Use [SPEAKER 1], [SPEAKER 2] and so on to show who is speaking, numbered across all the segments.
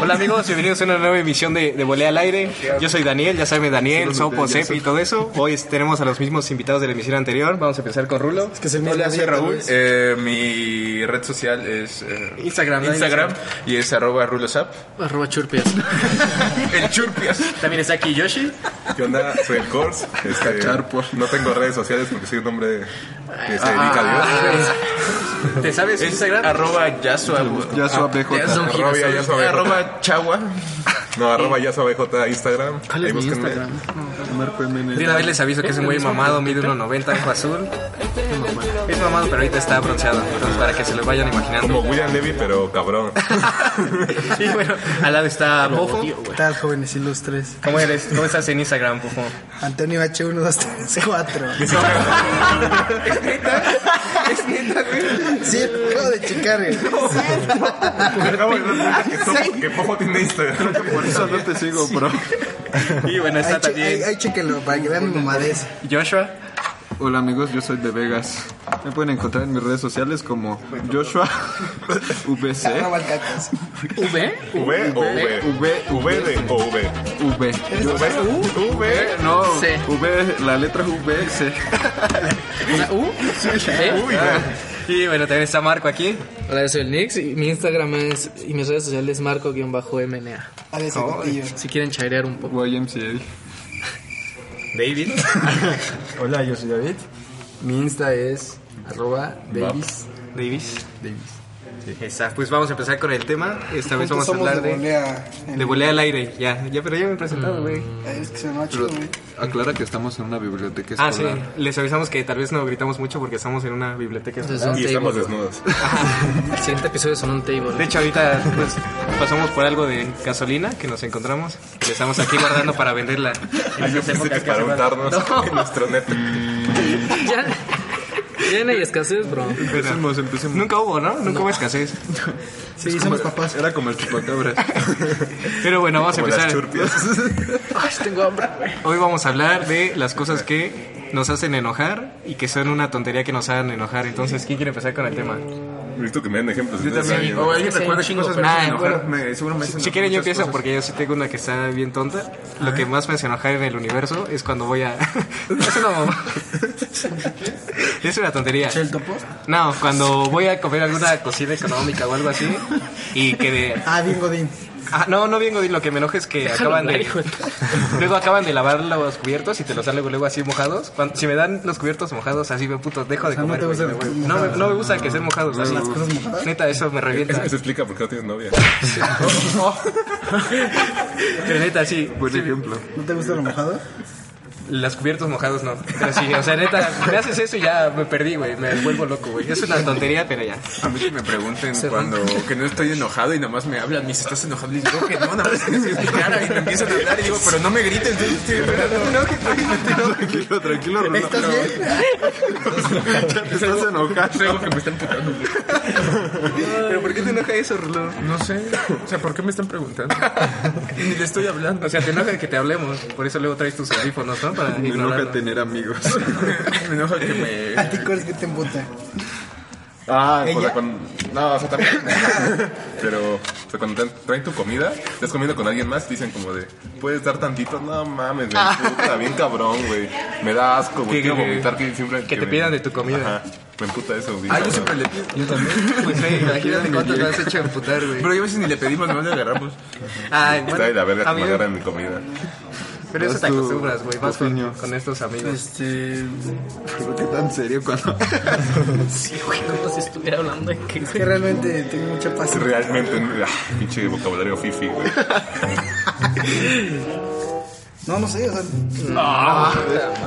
[SPEAKER 1] Hola amigos, bienvenidos a una nueva emisión de, de Volea al Aire. Yo soy Daniel, ya saben Daniel, Sopo, Cep y todo eso. Hoy es- tenemos a los mismos invitados de la emisión anterior. Vamos a empezar con Rulo.
[SPEAKER 2] que es el mismo
[SPEAKER 1] Hola, soy
[SPEAKER 2] día, tal
[SPEAKER 1] Raúl.
[SPEAKER 2] vez.
[SPEAKER 3] Eh, mi red social es eh,
[SPEAKER 1] Instagram, ¿no?
[SPEAKER 3] Instagram y es arroba rulosap.
[SPEAKER 2] Arroba churpias.
[SPEAKER 3] El churpias.
[SPEAKER 2] También está aquí Yoshi.
[SPEAKER 4] ¿Qué onda? Soy el Cors. Este,
[SPEAKER 3] Cacharpo.
[SPEAKER 4] No tengo redes sociales porque soy un hombre que se dedica a Dios.
[SPEAKER 2] ¿Te sabes
[SPEAKER 3] Es arroba yasua.
[SPEAKER 1] Yasua
[SPEAKER 3] BJ.
[SPEAKER 1] BJ.
[SPEAKER 2] Son
[SPEAKER 4] Arroba
[SPEAKER 2] girasoles.
[SPEAKER 4] Yaso BJ.
[SPEAKER 3] Arroba chawa.
[SPEAKER 4] No, arroba ya BJ Instagram.
[SPEAKER 2] ¿Cuál es
[SPEAKER 4] Ahí
[SPEAKER 2] mi
[SPEAKER 4] búsquenme.
[SPEAKER 2] Instagram?
[SPEAKER 1] De una vez les aviso que es un güey mamado, mide 1.90, ojo azul. Es mamado, pero ahorita está bronceado. Entonces, para que se lo vayan
[SPEAKER 4] Como
[SPEAKER 1] imaginando.
[SPEAKER 4] William Levy, pero cabrón.
[SPEAKER 1] Y bueno, al lado está Pofo.
[SPEAKER 2] ¿Qué tal, jóvenes ilustres?
[SPEAKER 1] ¿Cómo eres? ¿Cómo estás en Instagram, Pofo?
[SPEAKER 2] Antonio H1234.
[SPEAKER 1] Es neta,
[SPEAKER 2] Sí, acabo de checar. eh. güey.
[SPEAKER 4] Acabo de dar cuenta que Sopo- que Popo tiene Instagram.
[SPEAKER 3] Por eso no te sigo, bro.
[SPEAKER 1] Y bueno,
[SPEAKER 2] Ahí,
[SPEAKER 1] está
[SPEAKER 2] che- ahí,
[SPEAKER 1] también ¿Eh?
[SPEAKER 2] ahí chéquenlo para que vean mi mamadez.
[SPEAKER 1] Joshua.
[SPEAKER 3] Hola amigos, yo soy de Vegas. Me pueden encontrar en mis redes sociales como Joshua VC.
[SPEAKER 2] Arroba cacas.
[SPEAKER 1] ¿V?
[SPEAKER 4] V o V.
[SPEAKER 3] V,
[SPEAKER 4] V de o V.
[SPEAKER 3] V. Yo-
[SPEAKER 4] V. V.
[SPEAKER 3] No,
[SPEAKER 1] C.
[SPEAKER 3] V, la letra V, C.
[SPEAKER 1] ¿U?
[SPEAKER 4] Uy,
[SPEAKER 1] Y bueno, también está Marco aquí.
[SPEAKER 5] Hola, yo soy el Nix y mi Instagram es y mis redes sociales es marco-mna.
[SPEAKER 2] A Ah, ese cotillo.
[SPEAKER 5] Si quieren chairear un poco.
[SPEAKER 3] YMCA.
[SPEAKER 1] David.
[SPEAKER 6] Hola, yo soy David. Mi Insta es arroba Davis.
[SPEAKER 1] Davis. Davis. Exacto. Pues vamos a empezar con el tema. Esta vez vamos a
[SPEAKER 2] Somos
[SPEAKER 1] hablar
[SPEAKER 2] de
[SPEAKER 1] de,
[SPEAKER 2] volea.
[SPEAKER 1] de volea al aire. Ya, ya, pero ya me he presentado, güey.
[SPEAKER 2] Ah, Es que se me ha chido, güey.
[SPEAKER 3] Aclara que estamos en una biblioteca
[SPEAKER 1] Ah, sí.
[SPEAKER 3] escolar.
[SPEAKER 1] Les avisamos que tal vez no gritamos mucho porque estamos en una biblioteca.
[SPEAKER 5] Entonces, son
[SPEAKER 4] y
[SPEAKER 5] table.
[SPEAKER 4] estamos desnudos.
[SPEAKER 5] El siguiente episodio son un table.
[SPEAKER 1] De hecho, ahorita pues, pasamos por algo de gasolina que nos encontramos. que Le estamos aquí guardando para venderla.
[SPEAKER 4] Y yo pensé que para untarnos en nuestro net.
[SPEAKER 5] ya, ya no hay escasez, bro.
[SPEAKER 3] Empecemos, empecemos.
[SPEAKER 1] Nunca hubo, ¿no? Nunca hubo escasez.
[SPEAKER 2] Sí, somos papás.
[SPEAKER 3] Era como el chupacabras.
[SPEAKER 1] Pero bueno, vamos a
[SPEAKER 4] Como las
[SPEAKER 1] empezar.
[SPEAKER 4] churpias.
[SPEAKER 5] Ay, tengo hambre.
[SPEAKER 1] Hoy vamos a hablar de las cosas que nos hacen enojar y que son una tontería que nos hagan enojar. Entonces, ¿quién quiere empezar con el tema?
[SPEAKER 4] Necesito que me den ejemplos.
[SPEAKER 3] Yo también.
[SPEAKER 4] Entonces,
[SPEAKER 3] O alguien se acuerda qué cosas me hacen
[SPEAKER 1] Ah,
[SPEAKER 3] enojar.
[SPEAKER 1] bueno.
[SPEAKER 3] Me- seguro me hacen
[SPEAKER 1] Si quieren yo
[SPEAKER 3] muchas
[SPEAKER 1] empiezo
[SPEAKER 3] cosas.
[SPEAKER 1] porque yo sí tengo una que está bien tonta. Lo que más me hace enojar en el universo es cuando voy a... es una mamá. es una tontería.
[SPEAKER 2] ¿El topo?
[SPEAKER 1] No, cuando voy a comer alguna cocina económica o algo así y que de...
[SPEAKER 2] Ah, bien Godín.
[SPEAKER 1] Ah, no, no vengo y lo que me enoja es que acaban
[SPEAKER 5] hablar,
[SPEAKER 1] de...
[SPEAKER 5] hijo de-
[SPEAKER 1] luego acaban de lavar los cubiertos y te los dan luego, luego así mojados. Cuando- si me dan los cubiertos mojados, así me puto, dejo de
[SPEAKER 2] sea, no
[SPEAKER 1] comer.
[SPEAKER 2] te
[SPEAKER 1] güey,
[SPEAKER 2] gustan
[SPEAKER 1] me
[SPEAKER 2] los
[SPEAKER 1] voy. no, me, no me gusta que sean mojados. así.
[SPEAKER 2] ¿Las cosas mojadas?
[SPEAKER 1] Neta, eso me revienta.
[SPEAKER 4] Eso explica por qué no tienes novia.
[SPEAKER 1] Pero neta, sí.
[SPEAKER 3] Buen
[SPEAKER 1] sí,
[SPEAKER 3] ejemplo.
[SPEAKER 2] ¿No te gusta lo mojado?
[SPEAKER 1] Los cubiertos mojados no. Pero sí, o sea, neta, me haces eso y ya me perdí, güey. Me vuelvo loco, güey. Es una tontería, pero ya.
[SPEAKER 3] A mí que me pregunten cuando que no estoy enojado y nomás me hablan, me dicen, ¿estás enojado? Y digo que no, nada más tienes que explicar y me empiezan a hablar y digo, pero no me griten, yo estoy esperando. No, tranquilo, tranquilo, Rulo.
[SPEAKER 2] ¿Estás bien?
[SPEAKER 3] Estás enojado. Tengo que me están putando.
[SPEAKER 1] ¿Pero por qué te enoja eso, Rulo?
[SPEAKER 3] No sé. O sea, ¿por qué me están preguntando? Ni le estoy hablando.
[SPEAKER 1] O sea, te enoja que te hablemos. Por eso luego traes tus audífonos, ¿no? Para
[SPEAKER 3] Me enoja
[SPEAKER 1] ignorarlo.
[SPEAKER 3] tener amigos. Me enoja que me...
[SPEAKER 2] ¿A ti cuál es que te emputa?
[SPEAKER 4] Ah, o
[SPEAKER 2] Ella.
[SPEAKER 4] sea, cuando... No, o sea, también. Pero, o sea, cuando te traen tu comida, estás comiendo con alguien más, te dicen como de, ¿puedes dar tantito? No mames, güey,
[SPEAKER 1] Ah.
[SPEAKER 4] puta, bien cabrón, güey. Me da asco,
[SPEAKER 1] Que-
[SPEAKER 4] güey. Quiero
[SPEAKER 1] que-
[SPEAKER 4] vomitar que siempre...
[SPEAKER 1] que te pidan de tu comida.
[SPEAKER 4] Ajá, me emputa eso, güey.
[SPEAKER 3] Ah, yo siempre le pido. Yo también.
[SPEAKER 1] Pues sí, imagínate cuánto te has hecho emputar, güey.
[SPEAKER 3] Pero yo a veces ni le pedimos, nomás le agarramos.
[SPEAKER 1] Ay,
[SPEAKER 4] Está de la verga
[SPEAKER 1] a
[SPEAKER 4] que
[SPEAKER 1] mí-
[SPEAKER 4] me agarran mi comida.
[SPEAKER 1] Pero eso te
[SPEAKER 3] Tu-
[SPEAKER 1] acostumbras, güey. Vas con,
[SPEAKER 3] opinión.
[SPEAKER 1] con estos amigos.
[SPEAKER 2] Este.
[SPEAKER 3] ¿Por qué tan serio cuando...?
[SPEAKER 5] Sí, güey, como si estuviera hablando de que.
[SPEAKER 2] Que realmente tengo mucha paz.
[SPEAKER 4] Realmente, ah, pinche vocabulario fifi, güey.
[SPEAKER 2] No, no sé, o sea.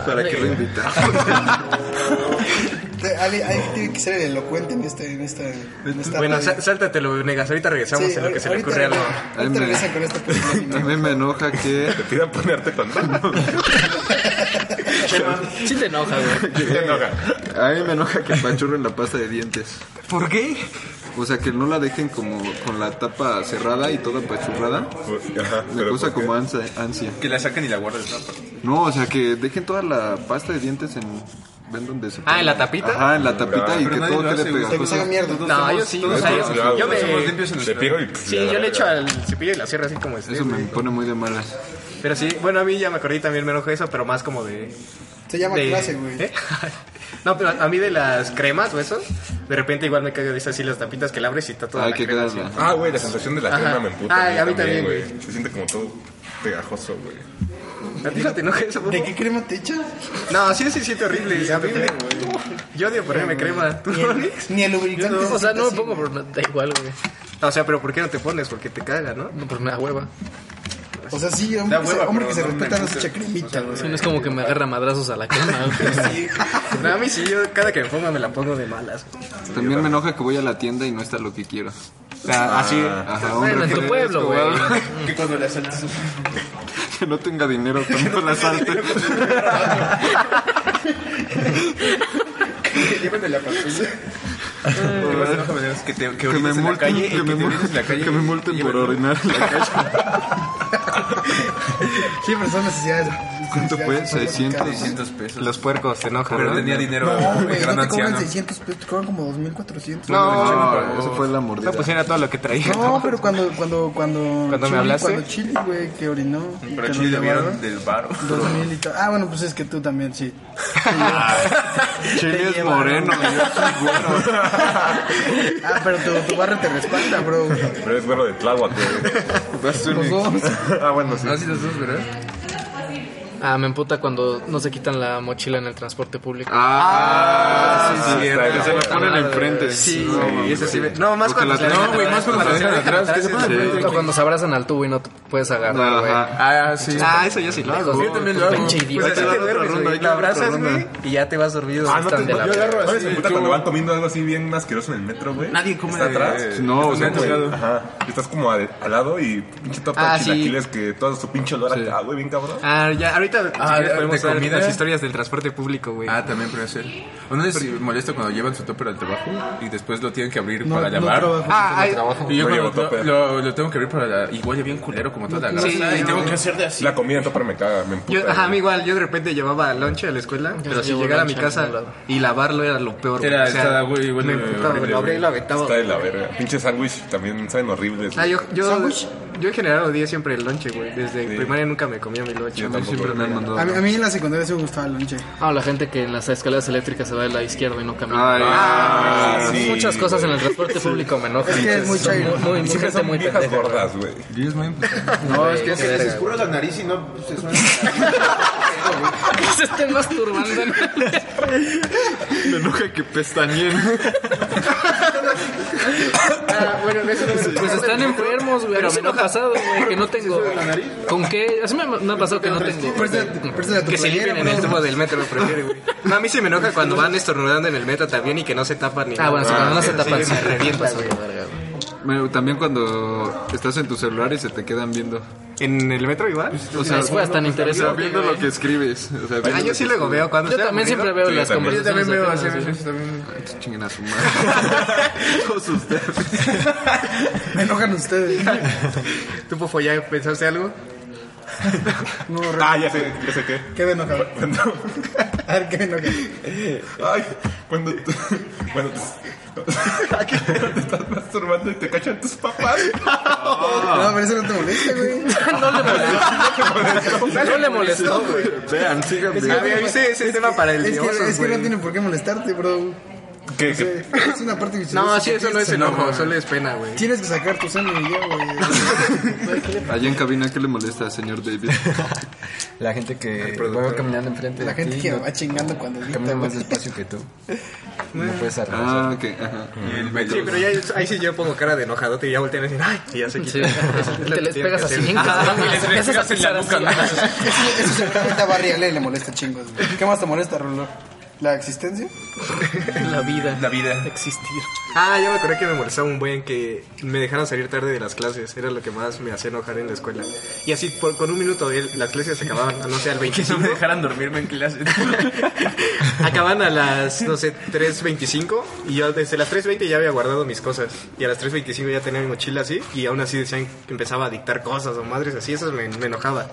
[SPEAKER 3] Para que lo invitamos.
[SPEAKER 2] alguien, alguien tiene que ser el elocuente en este. En esta, en esta
[SPEAKER 1] Bueno,
[SPEAKER 2] radio.
[SPEAKER 1] sa- sáltatelo, negas. Ahorita regresamos
[SPEAKER 2] Sí,
[SPEAKER 1] en lo que se le
[SPEAKER 2] ahorita
[SPEAKER 1] ocurre algo.
[SPEAKER 2] regresa- Ahorita
[SPEAKER 7] Hombre.
[SPEAKER 2] regresa con esta
[SPEAKER 7] A
[SPEAKER 2] película.
[SPEAKER 7] mí me enoja que
[SPEAKER 4] Te pidan ponerte con
[SPEAKER 5] Sí te enoja, güey.
[SPEAKER 7] a mí me enoja que apachurren la pasta de dientes.
[SPEAKER 1] ¿Por qué?
[SPEAKER 7] O sea, que no la dejen como con la tapa cerrada y toda apachurrada.
[SPEAKER 4] Ajá,
[SPEAKER 7] Me
[SPEAKER 4] pero
[SPEAKER 7] causa
[SPEAKER 4] ¿por qué?
[SPEAKER 7] como ansia, ansia.
[SPEAKER 3] Que la saquen y la guarden. ¿no?
[SPEAKER 7] No, o sea, que dejen toda la pasta de dientes en... ¿Ven donde se
[SPEAKER 1] Ah, ¿en la
[SPEAKER 7] pone?
[SPEAKER 1] tapita?
[SPEAKER 7] Ajá, en la tapita
[SPEAKER 4] Ah,
[SPEAKER 7] y
[SPEAKER 4] pero
[SPEAKER 7] que
[SPEAKER 4] nadie
[SPEAKER 7] todo
[SPEAKER 4] lo
[SPEAKER 7] quede
[SPEAKER 4] hace, güey.
[SPEAKER 2] Que se haga
[SPEAKER 7] pegajoso.
[SPEAKER 2] mierda.
[SPEAKER 1] No, yo sí. O sea,
[SPEAKER 4] Todos lo
[SPEAKER 1] yo,
[SPEAKER 4] hago,
[SPEAKER 1] yo
[SPEAKER 4] güey.
[SPEAKER 1] me.
[SPEAKER 3] limpios en
[SPEAKER 4] Le
[SPEAKER 3] nuestra-
[SPEAKER 4] pego y... pues,
[SPEAKER 1] Sí, yo le echo al cepillo y la cierro así como este.
[SPEAKER 7] Eso me pone muy de malas.
[SPEAKER 1] Pero sí, bueno, a mí ya me acordé y también me enoja eso, pero más como de.
[SPEAKER 2] Se llama
[SPEAKER 1] de-
[SPEAKER 2] clase, güey.
[SPEAKER 1] ¿Eh? No, pero a mí de las cremas o eso, de repente igual me cago de esas así las tapitas que la abres y está toda
[SPEAKER 7] Ay,
[SPEAKER 1] la
[SPEAKER 7] que
[SPEAKER 1] crema
[SPEAKER 7] quedas
[SPEAKER 1] así.
[SPEAKER 7] mal.
[SPEAKER 4] Ah, güey, la sensación de la
[SPEAKER 1] Ajá.
[SPEAKER 4] crema me emputa.
[SPEAKER 1] Ah,
[SPEAKER 4] güey,
[SPEAKER 1] a mí también,
[SPEAKER 4] Se siente como todo pegajoso, güey.
[SPEAKER 1] ¿A ti no te enoja eso, Popo?
[SPEAKER 2] ¿De qué crema te echa?
[SPEAKER 1] No, sí, sí, siente horrible. A mí me... Yo odio ponerme crema. ¿Tú
[SPEAKER 2] Ni
[SPEAKER 1] no,
[SPEAKER 2] el,
[SPEAKER 1] Alex?
[SPEAKER 2] ni el lubricante.
[SPEAKER 5] O sea, no me
[SPEAKER 2] Sí,
[SPEAKER 5] pongo, pero me da igual, güey.
[SPEAKER 1] O sea, pero ¿por qué no te pones? Porque te caga, ¿no?
[SPEAKER 5] No, porque me da hueva.
[SPEAKER 2] O sea, sí, hombre,
[SPEAKER 3] Da
[SPEAKER 2] que se-
[SPEAKER 3] hueva,
[SPEAKER 2] hombre
[SPEAKER 3] pero
[SPEAKER 2] que se
[SPEAKER 3] no me
[SPEAKER 2] respeta no se
[SPEAKER 3] gusta.
[SPEAKER 2] echa cremita, güey.
[SPEAKER 5] Sí, no es como que me agarra madrazos a la cama, güey.
[SPEAKER 1] No, a mí sí, yo cada que me pongo me la pongo de malas.
[SPEAKER 7] También me enoja que voy a la tienda y no está lo que quiero. Ah,
[SPEAKER 1] O sea, así.
[SPEAKER 7] Ajá,
[SPEAKER 5] Bueno,
[SPEAKER 7] hombre,
[SPEAKER 5] en
[SPEAKER 7] que
[SPEAKER 5] tu pueblo, güey.
[SPEAKER 3] Que cuando la saltas.
[SPEAKER 7] que no tenga dinero cuando la salte.
[SPEAKER 3] Que llevan de la patrulla. Que más enoja, me digas, Que te- que
[SPEAKER 7] Que
[SPEAKER 3] orines
[SPEAKER 7] me
[SPEAKER 3] en la
[SPEAKER 7] multen,
[SPEAKER 1] eh,
[SPEAKER 3] calle. y
[SPEAKER 7] que me
[SPEAKER 3] te orines en la
[SPEAKER 7] multen,
[SPEAKER 3] calle
[SPEAKER 7] que me
[SPEAKER 3] y-
[SPEAKER 7] multen
[SPEAKER 3] y
[SPEAKER 7] por
[SPEAKER 3] llevan-
[SPEAKER 7] orinar en la calle.
[SPEAKER 2] Sí, pero son necesidades.
[SPEAKER 7] ¿Cuánto fue? 600.
[SPEAKER 3] 600 pesos.
[SPEAKER 1] Los puercos se enojan.
[SPEAKER 3] Pero
[SPEAKER 1] ¿no?
[SPEAKER 3] tenía dinero.
[SPEAKER 2] No, güey,
[SPEAKER 3] el
[SPEAKER 2] no
[SPEAKER 3] gran
[SPEAKER 2] te cobran
[SPEAKER 3] anciano.
[SPEAKER 2] 600 pesos, te cobran como 2400.
[SPEAKER 1] No,
[SPEAKER 7] Eso fue la mordida.
[SPEAKER 1] no, pues era todo lo que traía.
[SPEAKER 2] No, pero cuando, cuando, cuando.
[SPEAKER 1] ¿Cuando me hablaste?
[SPEAKER 2] Cuando Chili, güey, que orinó. y
[SPEAKER 3] Pero
[SPEAKER 2] que
[SPEAKER 3] Chile
[SPEAKER 2] nos
[SPEAKER 3] le vieron
[SPEAKER 2] llevaron
[SPEAKER 3] del varo.
[SPEAKER 2] 2000 y todo. Ah, bueno, pues es que tú también, sí.
[SPEAKER 7] Chile es moreno.
[SPEAKER 2] Ah, pero tu, tu barra te respalda, bro.
[SPEAKER 4] Pero es güero de Tláhuac, güey.
[SPEAKER 2] Los dos.
[SPEAKER 4] Ah, bueno, sí.
[SPEAKER 3] Ah, sí, los dos, ¿verdad?
[SPEAKER 5] Ah, me emputa cuando no se quitan la mochila en el transporte público.
[SPEAKER 7] Ah, sí, sí,
[SPEAKER 3] cierto.
[SPEAKER 7] que se la ponen enfrente.
[SPEAKER 1] Sí, güey, eso sí. me- No, más
[SPEAKER 7] Porque
[SPEAKER 1] cuando
[SPEAKER 7] la
[SPEAKER 1] se la
[SPEAKER 7] tenía-
[SPEAKER 1] dejan
[SPEAKER 3] güey,
[SPEAKER 1] atrás,
[SPEAKER 3] más cuando se la dejan atrás,
[SPEAKER 1] se
[SPEAKER 3] que se
[SPEAKER 1] ponen
[SPEAKER 3] ponen
[SPEAKER 1] enfrente.
[SPEAKER 5] O cuando se abrazan al tubo y no te puedes agarrar, güey.
[SPEAKER 7] Ajá.
[SPEAKER 3] Ah, sí.
[SPEAKER 1] Ah, eso yo sí lo hago.
[SPEAKER 3] Yo también lo hago.
[SPEAKER 5] Pinche
[SPEAKER 1] Pues
[SPEAKER 5] idiota.
[SPEAKER 1] así te duermes,
[SPEAKER 7] ronda,
[SPEAKER 1] güey.
[SPEAKER 7] hay que
[SPEAKER 1] La
[SPEAKER 7] dar otra
[SPEAKER 1] abrazas,
[SPEAKER 7] ronda.
[SPEAKER 1] güey, y ya te vas dormido.
[SPEAKER 4] Ah, no,
[SPEAKER 1] Están
[SPEAKER 4] te,
[SPEAKER 1] de la
[SPEAKER 4] yo agarro así.
[SPEAKER 3] Ahora se
[SPEAKER 4] me
[SPEAKER 3] emputa cuando
[SPEAKER 4] cuando van comiendo algo así bien asqueroso en el metro, güey.
[SPEAKER 3] Nadie come
[SPEAKER 4] ¿Está
[SPEAKER 3] de-
[SPEAKER 4] atrás?
[SPEAKER 3] de-
[SPEAKER 4] No, o sea,
[SPEAKER 3] de-
[SPEAKER 4] güey,
[SPEAKER 3] de-
[SPEAKER 4] Ajá. Estás como al, al lado y pinche tapa
[SPEAKER 5] Ah,
[SPEAKER 4] de
[SPEAKER 5] sí.
[SPEAKER 4] chilaquiles que todo su pinche olor acá, güey, bien cabrón.
[SPEAKER 1] Ah, ya, ahorita si
[SPEAKER 3] Ah,
[SPEAKER 1] quieres
[SPEAKER 3] de-
[SPEAKER 1] podemos
[SPEAKER 3] de
[SPEAKER 1] hacer ¿eh?
[SPEAKER 3] comida.
[SPEAKER 1] las historias del transporte público, güey.
[SPEAKER 3] Ah, también puede ser. ¿O no les molesta cuando llevan su topper al trabajo y después lo tienen que abrir para lavar?
[SPEAKER 1] Ah, hay-
[SPEAKER 3] y yo
[SPEAKER 4] No
[SPEAKER 3] cuando
[SPEAKER 4] llevo topper.
[SPEAKER 3] lo, lo- lo tengo que abrir para la... Igual ya bien culero como toda la grasa.
[SPEAKER 1] Sí,
[SPEAKER 3] y
[SPEAKER 1] no,
[SPEAKER 3] tengo
[SPEAKER 1] no.
[SPEAKER 3] que hacer de así.
[SPEAKER 4] La comida en topper me caga, me emputa.
[SPEAKER 1] yo, ajá, a mí
[SPEAKER 4] güey.
[SPEAKER 1] igual, yo de repente llevaba lonche a la escuela, pero
[SPEAKER 5] no
[SPEAKER 1] si
[SPEAKER 5] llevo
[SPEAKER 1] llegara a mi
[SPEAKER 5] lonche a
[SPEAKER 1] casa
[SPEAKER 5] ningún lado.
[SPEAKER 1] y lavarlo era lo peor,
[SPEAKER 3] Era-
[SPEAKER 1] O sea,
[SPEAKER 3] estaba, güey, bueno,
[SPEAKER 1] me emputaba,
[SPEAKER 3] horrible,
[SPEAKER 1] lo abría y lo
[SPEAKER 3] güey.
[SPEAKER 1] aventaba.
[SPEAKER 4] Está de la verga. Pinche sándwich también saben horribles.
[SPEAKER 1] Ah, yo, yo,
[SPEAKER 2] ¿Sándwich?
[SPEAKER 1] yo en general odié siempre el lonche, güey. Desde primaria nunca me comía mi lonche.
[SPEAKER 4] Yo
[SPEAKER 1] güey.
[SPEAKER 4] tampoco.
[SPEAKER 7] Siempre me han mandado.
[SPEAKER 2] A mí, a mí en la secundaria sí me gustaba el lonche.
[SPEAKER 5] Ah, la gente que en las escaleras eléctricas se va de la izquierda y no camina.
[SPEAKER 7] Ay,
[SPEAKER 4] Ah, sí,
[SPEAKER 5] Muchas
[SPEAKER 4] güey.
[SPEAKER 5] cosas en el transporte público me enojan.
[SPEAKER 2] Es que es muy chairo.
[SPEAKER 5] Muy, muy,
[SPEAKER 4] Siempre
[SPEAKER 5] gente
[SPEAKER 4] son
[SPEAKER 5] muy
[SPEAKER 4] viejas
[SPEAKER 5] pendeja.
[SPEAKER 4] gordas, güey.
[SPEAKER 5] No, es que se les
[SPEAKER 8] Puro la nariz y no se suena.
[SPEAKER 5] se estén masturbando.
[SPEAKER 7] me enoja que pestañeen.
[SPEAKER 1] Ah, bueno, de eso no me-
[SPEAKER 5] Pues están enfermos, güey. A mí me ha pasado, güey, que no tengo. ¿Con qué? Así me, me ha pasado que no tengo.
[SPEAKER 2] Préstate tu
[SPEAKER 1] Que se
[SPEAKER 2] playera,
[SPEAKER 1] limpien en el
[SPEAKER 2] bro.
[SPEAKER 1] tubo del metro, lo prefiero, güey. No, a mí se me enoja cuando van estornudando en el metro también y que no se tapan ni
[SPEAKER 5] Ah, bueno, si
[SPEAKER 1] nada.
[SPEAKER 5] cuando no se tapan,
[SPEAKER 1] sí,
[SPEAKER 5] se
[SPEAKER 1] me revienta,
[SPEAKER 5] revientas,
[SPEAKER 1] güey.
[SPEAKER 5] güey. verga, güey.
[SPEAKER 7] Bueno, también cuando estás en tu celular y se te quedan viendo.
[SPEAKER 1] ¿En el metro igual?
[SPEAKER 7] O sea,
[SPEAKER 5] Las weas tan
[SPEAKER 7] Estás
[SPEAKER 5] interesantes.
[SPEAKER 7] viendo lo que escribes. O sea,
[SPEAKER 1] Ah, yo sí luego veo cuando
[SPEAKER 5] Yo
[SPEAKER 1] estoy
[SPEAKER 5] también
[SPEAKER 1] aburrido.
[SPEAKER 5] siempre veo
[SPEAKER 4] Sí,
[SPEAKER 5] las
[SPEAKER 4] yo también.
[SPEAKER 5] conversaciones. de temas, güey.
[SPEAKER 7] Chinguen a su madre. Todos ustedes.
[SPEAKER 2] Me enojan ustedes.
[SPEAKER 1] ¿Tú, Pofo, ya pensaste algo?
[SPEAKER 2] No,
[SPEAKER 4] Ah, ya sé, ya sé qué.
[SPEAKER 2] ¿Qué me enoja?
[SPEAKER 4] Cuando-
[SPEAKER 2] A ver, ¿qué me enoja?
[SPEAKER 4] Ay, cuando tú- cuando te, te estás masturbando y te cachan tus papás.
[SPEAKER 2] No, pero eso no te molesta, güey.
[SPEAKER 5] No le molestó, güey.
[SPEAKER 7] Vean, sigan
[SPEAKER 1] Sí,
[SPEAKER 7] viendo.
[SPEAKER 1] ese, ese tema para el
[SPEAKER 2] Es
[SPEAKER 1] dios,
[SPEAKER 2] que, es que no
[SPEAKER 1] güey.
[SPEAKER 2] tiene por qué molestarte, bro.
[SPEAKER 4] ¿Qué,
[SPEAKER 2] Sí,
[SPEAKER 4] qué?
[SPEAKER 2] Es una parte que
[SPEAKER 1] No, sí, eso no es enojo, solo es pena, güey.
[SPEAKER 2] Tienes que sacar tu sangre y ya, güey.
[SPEAKER 7] Allá en cabina, ¿qué le molesta, señor David?
[SPEAKER 6] La gente que va caminando enfrente
[SPEAKER 2] La
[SPEAKER 6] de
[SPEAKER 2] gente
[SPEAKER 6] ti,
[SPEAKER 2] que
[SPEAKER 6] no-
[SPEAKER 2] va chingando cuando grita,
[SPEAKER 6] camina más
[SPEAKER 2] güey.
[SPEAKER 6] despacio que tú. No puedes arrancar.
[SPEAKER 7] Ah, ok. Ajá.
[SPEAKER 1] Sí, pero ya ahí sí yo pongo cara de enojadote y ya voltean y dicen, ay, y ya se
[SPEAKER 5] Sí.
[SPEAKER 1] quita.
[SPEAKER 5] Te les pegas así.
[SPEAKER 1] Sí.
[SPEAKER 5] cabrón, y les empiezas a pisar así.
[SPEAKER 2] Eso, eso seguramente a Barry Allen le molesta chingos, güey. ¿Qué más te molesta, Rulo? ¿La existencia?
[SPEAKER 5] La vida.
[SPEAKER 3] La vida.
[SPEAKER 5] Existir.
[SPEAKER 1] Ah, ya me acordé que me molestaba un buen que me dejaron salir tarde de las clases. Era lo que más me hacía enojar en la escuela. Y así, por, con un minuto, el- las clases se acababan, no sé, al
[SPEAKER 3] Que no
[SPEAKER 1] 25.
[SPEAKER 3] me dejaran dormirme en clase.
[SPEAKER 1] Acaban a las, no sé, 3.25 y yo desde las 3.20 ya había guardado mis cosas. Y a las 3.25 ya tenía mi mochila así y aún así decían que empezaba a dictar cosas o madres así. Eso me, me enojaba.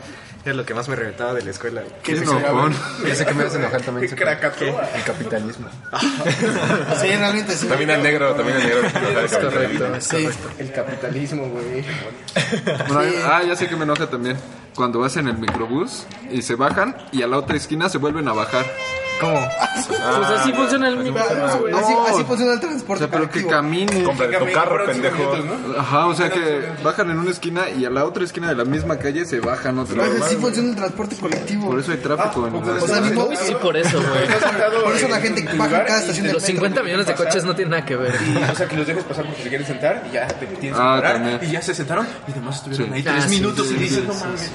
[SPEAKER 1] Era lo que más me reventaba de la escuela.
[SPEAKER 2] ¿Qué
[SPEAKER 4] Ese que me hace enojar también.
[SPEAKER 3] Krakatoa.
[SPEAKER 4] El capitalismo.
[SPEAKER 2] Sí, realmente sí.
[SPEAKER 4] También al negro, también al negro. Es correcto.
[SPEAKER 2] Sí.
[SPEAKER 1] El capitalismo, güey.
[SPEAKER 7] Bueno, Ah, ya sé que me enoja también. Cuando vas en el microbús y se bajan y a la otra esquina se vuelven a bajar.
[SPEAKER 5] pues así funciona el mismo. güey.
[SPEAKER 2] Ah, Así, así funciona el
[SPEAKER 7] O
[SPEAKER 2] transporte.
[SPEAKER 7] sea, pero que
[SPEAKER 2] colectivo.
[SPEAKER 7] caminen.
[SPEAKER 4] Compra tu carro, pendejo.
[SPEAKER 7] Ajá, o sea que bajan en una esquina y a la otra esquina de la misma calle se bajan otra
[SPEAKER 2] Así
[SPEAKER 7] vez.
[SPEAKER 2] funciona el transporte colectivo.
[SPEAKER 7] Por eso hay tráfico
[SPEAKER 4] Ah,
[SPEAKER 7] en
[SPEAKER 2] o sea, ni modo-
[SPEAKER 5] Uy, sí, por eso, güey.
[SPEAKER 2] por eso la gente paga en cada estación del
[SPEAKER 5] Los
[SPEAKER 2] metro.
[SPEAKER 5] 50 millones de coches no tienen nada que ver.
[SPEAKER 3] O sea, que los dejes pasar porque se quieren sentar y ya te tienes que
[SPEAKER 7] Ah,
[SPEAKER 3] parar.
[SPEAKER 7] también.
[SPEAKER 3] Y ya se sentaron y nomás estuvieron
[SPEAKER 7] Sí.
[SPEAKER 3] ahí
[SPEAKER 5] Ah,
[SPEAKER 3] tres
[SPEAKER 5] sí,
[SPEAKER 3] minutos
[SPEAKER 5] sí,
[SPEAKER 3] y dices,
[SPEAKER 5] sí,
[SPEAKER 3] no mames.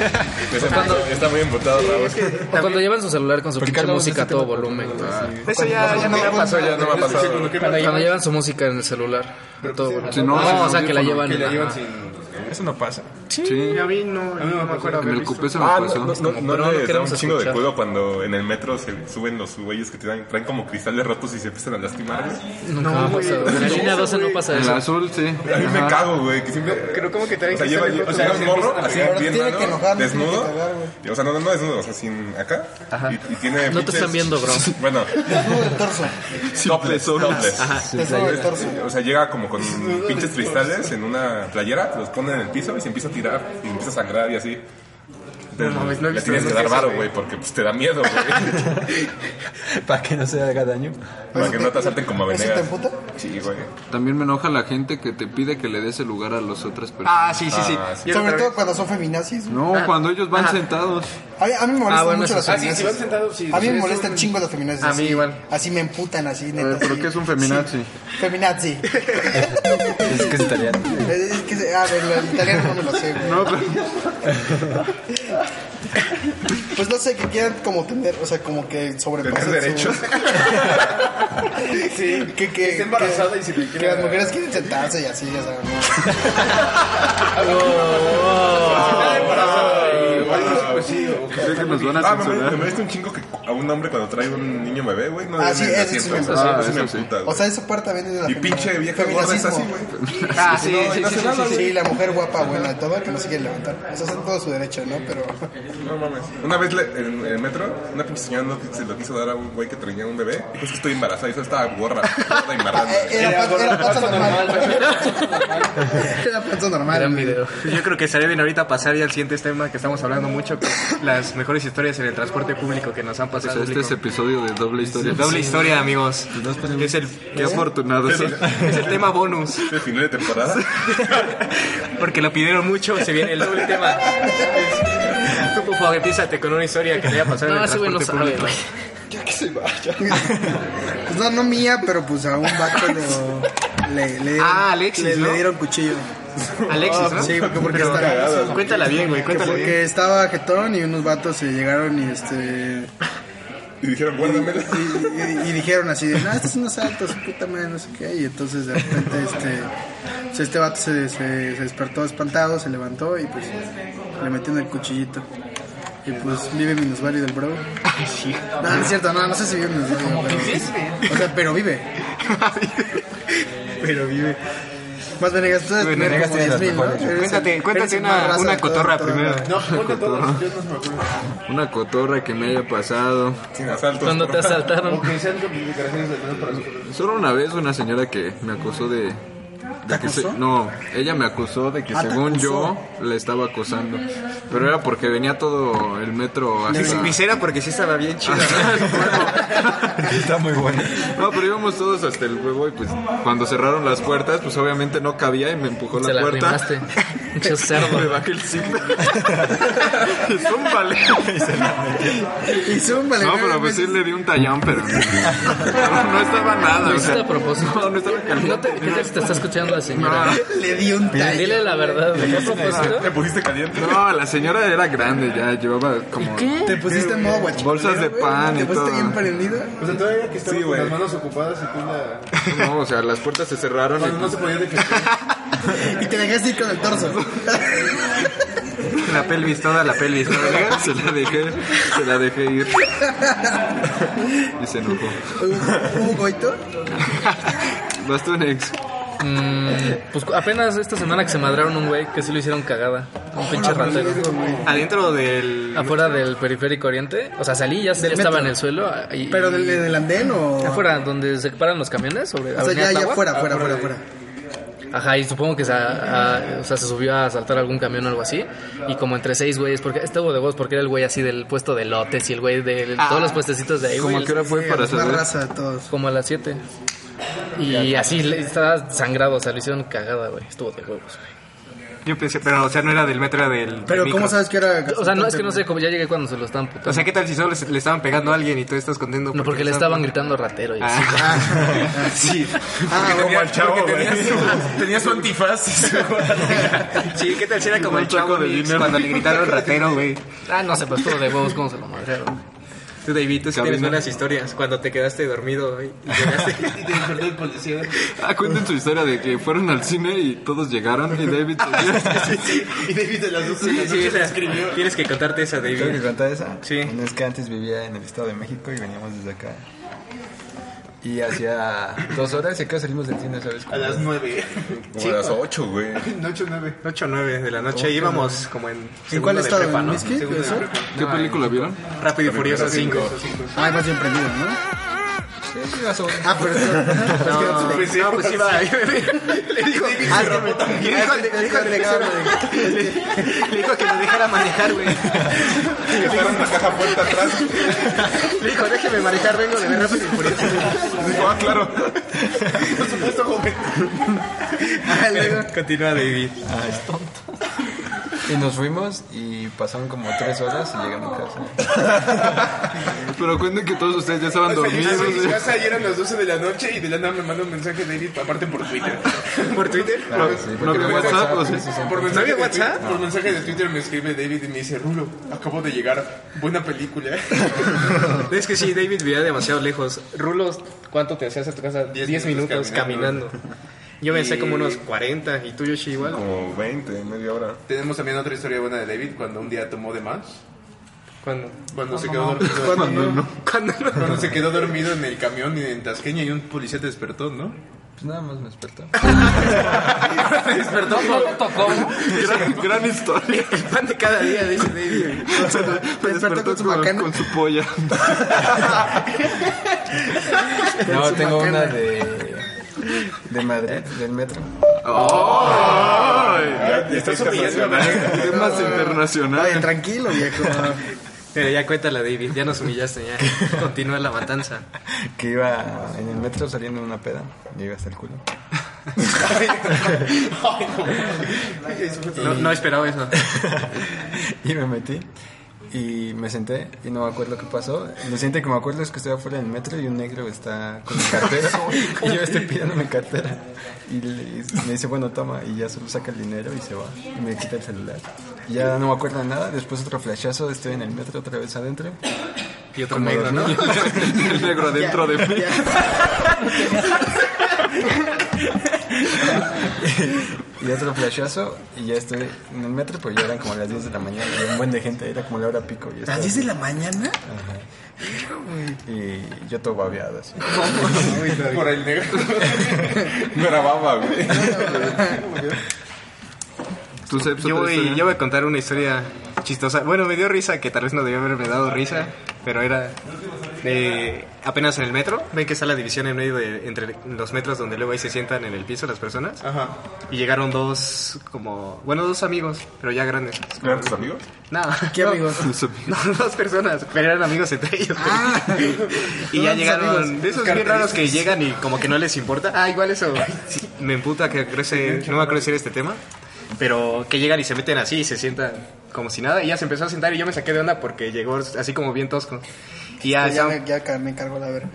[SPEAKER 4] Está, está muy embotado, Raúl.
[SPEAKER 5] O cuando llevan su celular con su pinche música a todo volumen. güey.
[SPEAKER 1] Eso ya, ya no me pasó.
[SPEAKER 4] Ya no me ha pasado.
[SPEAKER 5] Cuando llevan su música en el celular a todo volumen.
[SPEAKER 7] Si no, sin
[SPEAKER 5] o sea, que la
[SPEAKER 7] audífono,
[SPEAKER 3] Que
[SPEAKER 5] llevan.
[SPEAKER 3] la llevan
[SPEAKER 5] ajá.
[SPEAKER 3] sin... Eso no pasa.
[SPEAKER 7] Sí.
[SPEAKER 1] A mí no, no me acuerdo
[SPEAKER 7] En
[SPEAKER 1] haber
[SPEAKER 7] el
[SPEAKER 1] visto.
[SPEAKER 7] cupé se me
[SPEAKER 4] Ah, no,
[SPEAKER 7] pasó.
[SPEAKER 4] no, no, no,
[SPEAKER 5] Pero no
[SPEAKER 4] les da un
[SPEAKER 5] queremos
[SPEAKER 4] chingo de
[SPEAKER 5] escuchar.
[SPEAKER 4] culo cuando en el metro se suben los güeyes que traen, traen como cristales rotos y se empiezan a lastimar, güey.
[SPEAKER 5] Nunca me ha pasado. En la línea 12 no pasa
[SPEAKER 7] En la
[SPEAKER 5] eso.
[SPEAKER 7] azul, sí.
[SPEAKER 4] A mí me
[SPEAKER 7] Ajá.
[SPEAKER 4] cago, güey, que siempre...
[SPEAKER 1] Creo como que traen
[SPEAKER 4] O sea, lleva,
[SPEAKER 1] cristales
[SPEAKER 4] o
[SPEAKER 1] rotos,
[SPEAKER 4] sea,
[SPEAKER 1] ¿no?
[SPEAKER 4] un gorro, así bien
[SPEAKER 2] tiene
[SPEAKER 4] raro,
[SPEAKER 2] que enojar, no tiene
[SPEAKER 4] desnudo.
[SPEAKER 2] que cagar, güey.
[SPEAKER 4] Y, o sea, no, no, no desnudo, o sea, sin acá. Y, y tiene
[SPEAKER 5] No te
[SPEAKER 4] pinches-
[SPEAKER 5] están viendo, bro.
[SPEAKER 4] Bueno,
[SPEAKER 2] Desnudo del torso.
[SPEAKER 4] topless, topless.
[SPEAKER 2] Desnudo del torso.
[SPEAKER 4] O sea, llega como con pinches cristales en una playera, los pone en el piso y se empieza a tirar y empieza a sangrar y así. No mames, no Le tienes que dar varo, güey, porque pues, te da miedo, güey.
[SPEAKER 6] Para que no se haga daño.
[SPEAKER 4] Para Pues que no te asalten como a
[SPEAKER 2] ¿Eso
[SPEAKER 4] venegas.
[SPEAKER 2] te emputa?
[SPEAKER 4] Sí, güey.
[SPEAKER 7] También me enoja la gente que te pide que le des el lugar a las otras personas.
[SPEAKER 1] Ah, sí, sí, sí.
[SPEAKER 4] Ah, sí.
[SPEAKER 1] Y
[SPEAKER 2] Sobre
[SPEAKER 1] otra
[SPEAKER 2] todo cuando son feminazis. güey.
[SPEAKER 7] No, cuando ellos
[SPEAKER 2] Ah.
[SPEAKER 7] van sentados.
[SPEAKER 2] A mí, a mí me molestan
[SPEAKER 5] Ah, bueno,
[SPEAKER 2] mucho las
[SPEAKER 5] eso sí.
[SPEAKER 2] feminazis. a mí me molestan chingo las feminazis.
[SPEAKER 1] A mí
[SPEAKER 2] así.
[SPEAKER 1] igual.
[SPEAKER 2] Así me emputan, así,
[SPEAKER 7] A
[SPEAKER 2] neta.
[SPEAKER 7] ver, ¿Pero
[SPEAKER 2] así.
[SPEAKER 7] qué es un feminazi?
[SPEAKER 2] Feminazi.
[SPEAKER 6] Es que es italiano.
[SPEAKER 2] es que, se- a ver, lo- el italiano no me lo sé, güey.
[SPEAKER 7] No, pero-
[SPEAKER 2] Pues no sé, que quieran como tener, o sea, como que
[SPEAKER 4] Tener
[SPEAKER 2] sobrepasen
[SPEAKER 4] derechos.
[SPEAKER 2] su- Sí, que, que,
[SPEAKER 3] esté embarazada
[SPEAKER 2] que-
[SPEAKER 3] y si le
[SPEAKER 2] que
[SPEAKER 3] quiere-
[SPEAKER 2] las mujeres quieren sentarse y así, ya saben. ¿no?
[SPEAKER 7] Sé que nos van a
[SPEAKER 4] Ah, me molesta- me
[SPEAKER 7] censurar.
[SPEAKER 4] molesta un chingo que a un hombre cuando trae un niño bebé, güey, no
[SPEAKER 2] Ah,
[SPEAKER 4] le
[SPEAKER 2] sí,
[SPEAKER 4] den el
[SPEAKER 2] eso sí
[SPEAKER 4] asiento.
[SPEAKER 2] me
[SPEAKER 7] molesta.
[SPEAKER 4] Eso me
[SPEAKER 7] Ah, eso sí.
[SPEAKER 4] emputa,
[SPEAKER 2] O
[SPEAKER 4] güey.
[SPEAKER 2] sea, esa parte también es de la
[SPEAKER 4] Y
[SPEAKER 2] feminazi-
[SPEAKER 4] pinche vieja gorda es así,
[SPEAKER 2] feminacismo.
[SPEAKER 4] güey.
[SPEAKER 1] Ah, sí, sí, sí,
[SPEAKER 2] Sí,
[SPEAKER 1] sí, sí, sí.
[SPEAKER 2] la mujer guapa, güey, la toda que no se quiere levantar. O sea, está en todo su derecho, ¿no? Pero.
[SPEAKER 4] No mames. Una vez le- en en el metro, una pinche señora no- se lo quiso dar a un güey que traía un bebé. Dijo, es que estoy embarazada. Y eso estaba gorra, gorda y marrana.
[SPEAKER 2] Eh, Era, pa- era panza normal. Era panza normal.
[SPEAKER 5] Gran
[SPEAKER 2] güey.
[SPEAKER 5] video.
[SPEAKER 1] Yo creo que estaría bien ahorita pasar ya al siguiente tema que estamos hablando mucho, que es las mejores historias en el transporte público que nos han
[SPEAKER 7] O
[SPEAKER 1] pasado.
[SPEAKER 7] sea, este es episodio de doble historia. Pues
[SPEAKER 1] Doble historia, amigos. Es el,
[SPEAKER 7] Qué afortunados.
[SPEAKER 1] es el tema bonus,
[SPEAKER 4] De final de temporada.
[SPEAKER 1] porque lo pidieron mucho, se viene el doble tema. Tú, por favor, empiézate con una historia que le haya pasado en
[SPEAKER 5] No,
[SPEAKER 1] el
[SPEAKER 5] ese güey no
[SPEAKER 1] transporte
[SPEAKER 5] sabe,
[SPEAKER 1] público.
[SPEAKER 5] güey.
[SPEAKER 2] Pues no, no mía, pero pues a un vato lo- le, le dieron,
[SPEAKER 1] Ah, Alexis,
[SPEAKER 2] le,
[SPEAKER 1] ¿no?
[SPEAKER 2] le dieron cuchillo.
[SPEAKER 1] Alexis, ¿no?
[SPEAKER 2] Sí, porque, porque
[SPEAKER 1] Pero-
[SPEAKER 2] estaba,
[SPEAKER 1] Cuéntala bien, güey,
[SPEAKER 2] que
[SPEAKER 1] cuéntala
[SPEAKER 2] porque
[SPEAKER 1] bien.
[SPEAKER 2] estaba jetón y unos vatos se llegaron y este
[SPEAKER 4] Y dijeron, guárdamelo.
[SPEAKER 2] y, y- y dijeron así de, no, este es un asalto, su puta madre, no sé qué. Y entonces de repente este, pues, este vato se, se- se despertó espantado, se levantó y pues le metieron el cuchillito. Y pues vive minusválido el bro. No, no es cierto, no, no sé si vive minusválido. Pero, o sea, pero vive. pero vive. Más Venegas, tú eres
[SPEAKER 1] Venegas
[SPEAKER 2] como 10,000, ¿no? Eres
[SPEAKER 1] Cuéntate,
[SPEAKER 2] el- eres
[SPEAKER 1] cuéntate
[SPEAKER 2] el más
[SPEAKER 1] una,
[SPEAKER 2] raza
[SPEAKER 1] una
[SPEAKER 2] de todo-
[SPEAKER 1] cotorra
[SPEAKER 2] todo-
[SPEAKER 1] primero.
[SPEAKER 7] Una cotorra que me haya pasado.
[SPEAKER 4] Sin asaltos.
[SPEAKER 5] Cuando
[SPEAKER 4] por
[SPEAKER 5] te
[SPEAKER 4] favor.
[SPEAKER 5] asaltaron.
[SPEAKER 7] Solo una vez una señora que me acusó de... de que se- no, ella me acusó de que
[SPEAKER 2] Ah, ¿te
[SPEAKER 7] según
[SPEAKER 2] acusó?
[SPEAKER 7] yo le estaba acosando. Pero era porque venía todo el metro hasta...
[SPEAKER 1] Visera porque sí estaba bien chida.
[SPEAKER 3] Está muy bueno.
[SPEAKER 7] No, pero íbamos todos hasta el huevo y pues cuando cerraron las puertas, pues obviamente no cabía y me empujó
[SPEAKER 5] Se la
[SPEAKER 7] la puerta.
[SPEAKER 5] rimaste. Pinche cerdo.
[SPEAKER 3] Me bajé el signo.
[SPEAKER 1] Zúmbale.
[SPEAKER 2] Y zúmbale.
[SPEAKER 7] No,
[SPEAKER 2] güey,
[SPEAKER 7] pero pues sí le di un tallón, pero. No, no estaba nada.
[SPEAKER 5] Lo
[SPEAKER 7] O
[SPEAKER 5] hiciste
[SPEAKER 7] sea,
[SPEAKER 5] a propósito.
[SPEAKER 7] no, no estaba caliente.
[SPEAKER 5] No te, ¿Qué tal si te está escuchando la señora?
[SPEAKER 2] Le di un talle.
[SPEAKER 5] Dile la verdad, güey. ¿A propósito?
[SPEAKER 4] Te pusiste caliente.
[SPEAKER 7] no, la señora era grande ya, llevaba como.
[SPEAKER 5] ¿Qué?
[SPEAKER 2] Te pusiste en modo guachito.
[SPEAKER 7] Bolsas de pan y
[SPEAKER 2] Te pusiste
[SPEAKER 7] todo.
[SPEAKER 2] bien prendido.
[SPEAKER 1] O sea, todavía que estaba
[SPEAKER 4] Sí,
[SPEAKER 1] con
[SPEAKER 4] güey.
[SPEAKER 1] las manos ocupadas y tú la...
[SPEAKER 7] No, o sea, las puertas se cerraron.
[SPEAKER 1] Cuando no se podía defender.
[SPEAKER 2] Y te dejaste ir con el torso.
[SPEAKER 7] y La pelvis, toda la pelvis. toda. Se la dejé, se la dejé ir. Y se enojó.
[SPEAKER 2] ¿Hubo hubo coito?
[SPEAKER 7] Vas tú, Nex.
[SPEAKER 5] Pues apenas esta semana que se madraron un güey que sí lo hicieron cagada. Un pinche ratero.
[SPEAKER 1] Adentro del...
[SPEAKER 5] Afuera del periférico oriente. O sea, salí, ya, ya
[SPEAKER 2] Del
[SPEAKER 5] estaba
[SPEAKER 2] metro.
[SPEAKER 5] en el suelo. ah, y-
[SPEAKER 2] ¿Pero del, del andén o...?
[SPEAKER 5] Afuera, donde se paran los camiones. Sobre
[SPEAKER 2] O sea,
[SPEAKER 5] Avenida
[SPEAKER 2] ya, ya
[SPEAKER 5] Tláhuac.
[SPEAKER 2] fuera, fuera, fuera, fuera.
[SPEAKER 5] Ajá, y supongo que se, a- a- o sea, se subió a saltar algún camión o algo así. Y como entre seis güeyes, porque estuvo de voz, porque era el güey así del puesto de lotes y el güey de
[SPEAKER 2] Ah.
[SPEAKER 5] todos los puestecitos de ahí,
[SPEAKER 7] ¿Cómo
[SPEAKER 5] güey.
[SPEAKER 7] a qué hora fue para ¿eh?
[SPEAKER 2] Una
[SPEAKER 7] saber?
[SPEAKER 2] Eh, raza de todos.
[SPEAKER 5] Como a las siete. Y así le- estaba sangrado, o sea, lo hicieron cagada, güey. Estuvo de huevos, güey.
[SPEAKER 1] Yo pensé, pero o sea, no era del metro, era del...
[SPEAKER 2] Pero
[SPEAKER 1] del
[SPEAKER 2] ¿cómo
[SPEAKER 1] micro.
[SPEAKER 2] sabes que era...?
[SPEAKER 5] O sea, no, es que no sé, como ya llegué cuando se lo estaban putando.
[SPEAKER 1] O sea, ¿qué tal si solo les- le, estaban pegando a alguien y tú estás contento?
[SPEAKER 5] no, porque le estaban gritando ratero y así.
[SPEAKER 1] Ah, sí.
[SPEAKER 2] Ah,
[SPEAKER 4] Como al chavo, güey.
[SPEAKER 3] Tenía su antifaz. y su-
[SPEAKER 1] Sí, ¿qué tal si era como el chavo
[SPEAKER 7] de
[SPEAKER 1] Mix
[SPEAKER 7] dinero.
[SPEAKER 1] cuando le gritaron ratero, güey?
[SPEAKER 5] Ah, no sé, pues estuvo de huevos, ¿cómo se lo madrearon?
[SPEAKER 1] Tú, David, tú sí tienes
[SPEAKER 7] Cabina.
[SPEAKER 1] buenas historias. Cuando te quedaste dormido y llegaste y te despertó el policía.
[SPEAKER 7] Ah, cuenten su historia de que fueron al cine y todos llegaron y David se
[SPEAKER 1] Y David de las dos sí, sí, esa- Tienes que contarte esa,
[SPEAKER 6] ¿Tengo que
[SPEAKER 1] David.
[SPEAKER 6] contar esa?
[SPEAKER 1] Sí.
[SPEAKER 6] Bueno, Es que antes vivía en el Estado de México y veníamos desde acá. Y hacía dos horas y acá salimos del cine, ¿sabes? A las nueve.
[SPEAKER 4] Como a las 8, güey.
[SPEAKER 1] 8 o 9 de la noche íbamos como Oh, en.
[SPEAKER 2] ¿En cuál
[SPEAKER 1] segundo de
[SPEAKER 2] estado?
[SPEAKER 1] prepa,
[SPEAKER 2] ¿En
[SPEAKER 1] ¿no?
[SPEAKER 2] Whisky?
[SPEAKER 1] Segundo de
[SPEAKER 2] ¿Eso?
[SPEAKER 1] prepa.
[SPEAKER 7] ¿Qué película vieron?
[SPEAKER 1] Rápido y Furioso 5.
[SPEAKER 2] Ah, más bien prendido, ¿no?
[SPEAKER 6] Sí, sí, más o menos.
[SPEAKER 2] Ah, pero esto...
[SPEAKER 1] No, pues sí, pues iba. Le dijo,
[SPEAKER 2] Ah, es que me-
[SPEAKER 1] le dijo al- le dijo al director, le dijo que me dejara manejar, güey.
[SPEAKER 4] Dejaron la caja puerta atrás.
[SPEAKER 1] Le dijo, déjeme manejar, vengo de ver Rápido y Furioso.
[SPEAKER 4] Dijo, ah, claro.
[SPEAKER 2] Ah, luego...
[SPEAKER 1] Continúa, David.
[SPEAKER 6] Y nos fuimos y pasaron como tres horas y llegan a casa.
[SPEAKER 7] Pero cuenten que todos ustedes ya estaban dormidos.
[SPEAKER 3] Mi casa ayer a las 12 de la noche y de la nada me manda un mensaje David, aparte por Twitter.
[SPEAKER 1] ¿Por Twitter?
[SPEAKER 6] Ah, sí,
[SPEAKER 7] ¿No
[SPEAKER 6] porque
[SPEAKER 7] había
[SPEAKER 6] me
[SPEAKER 7] WhatsApp o sí?
[SPEAKER 6] sí, sí.
[SPEAKER 3] Por
[SPEAKER 1] ¿No
[SPEAKER 3] mensaje,
[SPEAKER 1] había
[SPEAKER 3] de
[SPEAKER 1] WhatsApp?
[SPEAKER 3] Twitter, por mensaje de Twitter me escribe David y me dice, Rulo, acabo de llegar. Buena película.
[SPEAKER 1] Es que sí, David vivía demasiado lejos. Rulos, ¿cuánto te hacías a tu casa? 10 minutos caminando. Yo me hacía como unos 40 y tú, Yoshi, igual.
[SPEAKER 4] Como 20, media hora.
[SPEAKER 3] Tenemos también otra historia buena de David cuando un día tomó de más.
[SPEAKER 1] ¿Cuándo?
[SPEAKER 3] Cuando se quedó dormido.
[SPEAKER 1] ¿Cuándo?
[SPEAKER 3] Cuando se quedó dormido en el camión y en Tasqueña y un policía te despertó, ¿no?
[SPEAKER 6] Pues nada más me despertó.
[SPEAKER 5] Perdón, no te tocó.
[SPEAKER 7] Gran, gran historia.
[SPEAKER 1] El pan de cada día, dice David.
[SPEAKER 7] Me
[SPEAKER 2] despertó con su
[SPEAKER 7] con-
[SPEAKER 2] bacana.
[SPEAKER 7] con su polla.
[SPEAKER 6] No, tengo una de. de Madrid, del metro.
[SPEAKER 4] Ya, ya estás humillando.
[SPEAKER 7] Temas
[SPEAKER 3] Ah.
[SPEAKER 2] Oye,
[SPEAKER 7] internacionales.
[SPEAKER 2] tranquilo, viejo.
[SPEAKER 1] Pero ya cuéntala, David. Ya nos humillaste, ya. Continúa la matanza.
[SPEAKER 6] Que iba en el metro saliendo de una peda. Y iba hasta el culo.
[SPEAKER 1] No, no esperaba eso.
[SPEAKER 6] y me metí y me senté y no me acuerdo qué pasó. Lo siguiente que me acuerdo es que estoy afuera del metro y un negro está con mi cartera y yo estoy pidiendo mi cartera. Y, le- y me dice, bueno, toma, y ya solo saca el dinero y se va. Y me quita el celular. Y ya no me acuerdo de nada. Después otro flashazo, estoy en el metro otra vez adentro.
[SPEAKER 1] Y otro negro, ¿no?
[SPEAKER 7] El negro dentro de mí.
[SPEAKER 6] Y otro flashazo y ya estoy en el metro, pero ya eran como las 10 de la mañana. y un buen de gente, era como la hora pico. y yo
[SPEAKER 2] ¿Las
[SPEAKER 6] estaba-
[SPEAKER 2] 10 de la mañana?
[SPEAKER 6] Y yo todo babeado así.
[SPEAKER 3] Por el negro.
[SPEAKER 4] Grababa, güey.
[SPEAKER 7] ¿Tú sabes
[SPEAKER 1] Yo
[SPEAKER 7] pues, otra
[SPEAKER 1] voy,
[SPEAKER 7] historia?
[SPEAKER 1] yo voy a contar una historia chistosa. Bueno, me dio risa, que tal vez no debió haberme dado risa, pero era de apenas en el metro. Ven que está la división en medio de entre los metros donde luego ahí se sientan en el piso las personas.
[SPEAKER 3] Ajá.
[SPEAKER 1] Y llegaron dos, como, bueno, dos amigos, pero ya grandes.
[SPEAKER 4] ¿Eran tus amigos?
[SPEAKER 1] No,
[SPEAKER 2] ¿Qué
[SPEAKER 1] no,
[SPEAKER 2] amigos?
[SPEAKER 1] No, dos personas, pero eran amigos entre ellos. y ya
[SPEAKER 2] eran tus
[SPEAKER 1] llegaron,
[SPEAKER 2] Ah. amigos.
[SPEAKER 1] de esos bien raros que llegan y como que no les importa. Ah, igual eso. Me emputa que crece, no va a crecer este tema. Pero que llegan y se meten así y se sientan como si nada. Y ya se empezó a sentar y yo me saqué de onda porque llegó así como bien tosco. Y Ah, ya,
[SPEAKER 2] Pues Ya, ya, me, ya ca- me cargó la verga.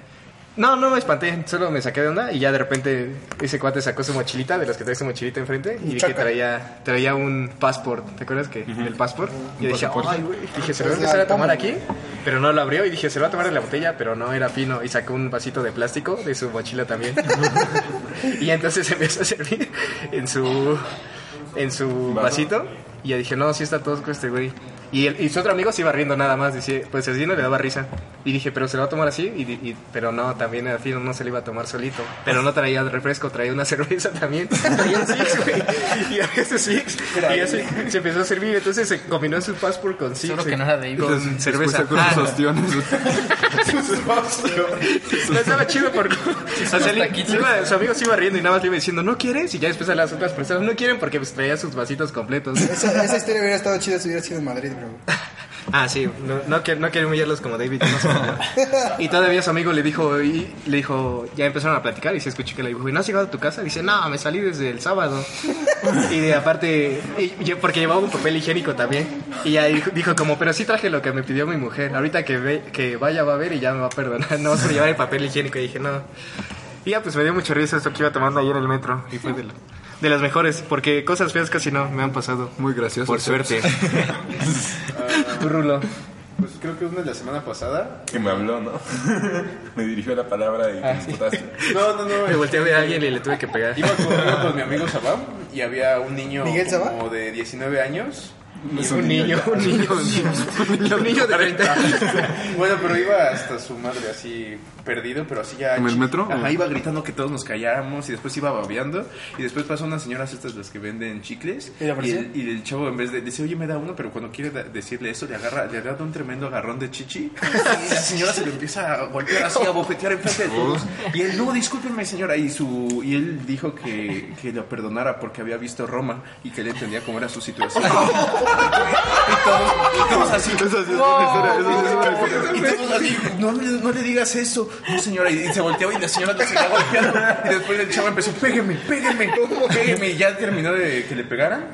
[SPEAKER 1] No, no me espanté, solo me saqué de onda y ya de repente ese cuate sacó su mochilita, de las que trae su mochilita enfrente, y vi que
[SPEAKER 2] Chaca.
[SPEAKER 1] traía, traía un passport, ¿te acuerdas que? El passport. Y dije, ay, güey. Dije, se lo voy a empezar a tomar aquí, pero no lo abrió y dije, se lo va a tomar en la botella, pero no era fino. Y sacó un vasito de plástico de su mochila también. y entonces empezó a servir en su, en su vasito. Y ya dije, no, sí está tosco este güey. Y, el- y su otro amigo se iba riendo nada más, dice, pues así no le daba risa. Y dije, pero se lo va a tomar así, y, di- y- pero no, también al fin no se lo iba a tomar solito. Pero no traía refresco, traía una cerveza también. Traía un six, güey. Y había su six. Y ya se, se empezó a servir, entonces se combinó su passport con six.
[SPEAKER 5] Solo que
[SPEAKER 1] güey,
[SPEAKER 5] no era de Ivo.
[SPEAKER 1] Con cerveza.
[SPEAKER 7] Después
[SPEAKER 1] Ah,
[SPEAKER 7] sacó sus ostiones.
[SPEAKER 1] no estaba chido porque o sea, le- le iba- su amigo se iba riendo y nada más le iba diciendo, ¿no quieres? Y ya después a las otras personas no quieren porque pues, traía sus vasitos completos.
[SPEAKER 2] Esa, esa historia hubiera estado chida si hubiera sido en Madrid, bro.
[SPEAKER 1] Ah, sí, no, no, quiero, no quiero humillarlos como David. no sé. y todavía su amigo le dijo, y le dijo, ya empezaron a platicar y se escuchó que le dijo, ¿y no has llegado a tu casa? Dice, no, me salí desde el sábado. y de- aparte, y yo- porque llevaba un papel higiénico también. Y ya dijo, dijo como, pero sí traje lo que me pidió mi mujer. Ahorita que, ve- que vaya va a ver y ya me va a perdonar. No vas a llevar el papel higiénico. Y dije, no. Y ya, pues me dio mucho risa esto que iba tomando ayer en el metro. Y fue de, lo- de las mejores, porque cosas feas casi no me han pasado.
[SPEAKER 7] Muy gracioso.
[SPEAKER 1] Por suerte. Tu rulo.
[SPEAKER 3] Pues creo que una de la semana pasada.
[SPEAKER 4] Que me habló, ¿no? me dirigió la palabra y te disputaste.
[SPEAKER 3] No, no, no.
[SPEAKER 1] Me volteé a ver a alguien y le tuve que pegar.
[SPEAKER 3] Iba con, iba con mi amigo Sabam y había un niño
[SPEAKER 2] ¿Miguel Sabá?
[SPEAKER 3] como de 19 años.
[SPEAKER 1] Es un niño, un niño, un niño, un niño de 30
[SPEAKER 3] Bueno, pero iba hasta su madre así perdido, pero así ya...
[SPEAKER 7] ¿En el metro?
[SPEAKER 3] Ajá, iba gritando que todos nos calláramos y después iba babeando y después pasó unas señoras estas las que venden chicles
[SPEAKER 2] ¿Y le apareció?
[SPEAKER 3] el, y el chavo en vez de dice, oye, me da uno, pero cuando quiere da- decirle eso le agarra, le agarra un tremendo agarrón de chichi y la señora se lo empieza a golpear así, a bofetear en frente de
[SPEAKER 7] Oh,
[SPEAKER 3] todos y él, no, discúlpeme señora y su y él dijo que, que lo perdonara porque había visto Roma y que él entendía cómo era su situación. Y todos, y todos así. Y todos así, no, le- no le digas eso. No, señora. Y, y se volteaba y la señora lo seguía golpeando. Y después el chavo empezó, pégame, pégame, pégame. Y ya terminó de que le pegaran.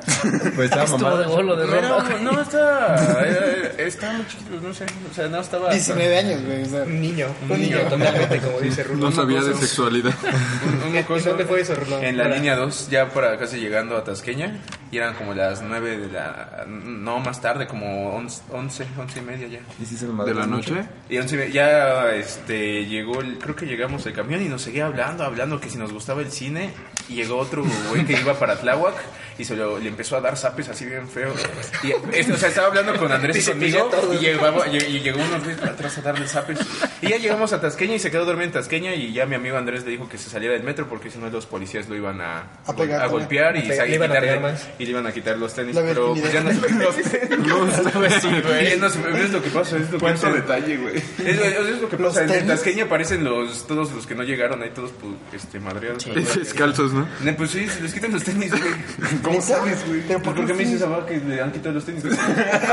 [SPEAKER 6] Pues estaba
[SPEAKER 5] Estuvo de
[SPEAKER 6] mamado.
[SPEAKER 5] golo de
[SPEAKER 3] No, era-
[SPEAKER 5] Roma.
[SPEAKER 3] no, estaba, era- estaba muy chiquito, no sé. O sea, no estaba...
[SPEAKER 2] 19 años, güey. O sea,
[SPEAKER 1] Un niño,
[SPEAKER 3] Un
[SPEAKER 1] un niño
[SPEAKER 3] niño.
[SPEAKER 1] totalmente, como dice Rulo.
[SPEAKER 7] No sabía de sexualidad.
[SPEAKER 3] un- un coso.
[SPEAKER 1] ¿Dónde fue eso, Rulo?
[SPEAKER 3] En la
[SPEAKER 1] Ahora.
[SPEAKER 3] línea 2, ya para casi llegando a Tasqueña. Y eran como las 9 de la... No, más tarde, como 11, 11 y media ya.
[SPEAKER 6] ¿Y si se lo
[SPEAKER 7] ¿De la
[SPEAKER 6] madreaste
[SPEAKER 7] noche?
[SPEAKER 3] Y once y media, ya este, llegó, el- creo que llegamos el camión y nos seguía hablando, hablando que si nos gustaba el cine. Y llegó otro güey que iba para Tláhuac y se lo- le empezó a dar zapes así bien feo. Y, es- o sea, estaba hablando con Andrés y conmigo y, llegaba- y- y llegó unos güeyes para atrás a darle zapes. Y ya llegamos a Tasqueña y se quedó dormido en Tasqueña. Y ya mi amigo Andrés le dijo que se saliera del metro porque si no los policías lo iban a,
[SPEAKER 2] A pegar, ¿no?
[SPEAKER 3] golpear y,
[SPEAKER 1] Le
[SPEAKER 3] sa- y
[SPEAKER 1] iban a
[SPEAKER 3] quitarle-
[SPEAKER 1] pegar más.
[SPEAKER 3] y le iban a quitar los tenis.
[SPEAKER 2] La
[SPEAKER 3] Pero pues, ya no se los tenis. Y ya no se- es lo que pasa, es lo que
[SPEAKER 4] Cuánto
[SPEAKER 3] pasa.
[SPEAKER 4] detalle, güey.
[SPEAKER 3] Es, es- es lo que pasa. En- En
[SPEAKER 2] tenis.
[SPEAKER 3] Tasqueña aparecen los, todos los que no llegaron ahí, todos pues, este, madreados.
[SPEAKER 7] Descalzos, ¿no?
[SPEAKER 3] Ne, Pues sí, se les quitan los tenis, güey.
[SPEAKER 4] ¿Cómo sabes, güey?
[SPEAKER 2] Pero
[SPEAKER 3] ¿Por,
[SPEAKER 2] ¿por
[SPEAKER 3] qué
[SPEAKER 2] qué
[SPEAKER 3] me dices
[SPEAKER 2] sí?
[SPEAKER 3] a que le han quitado los tenis? güey?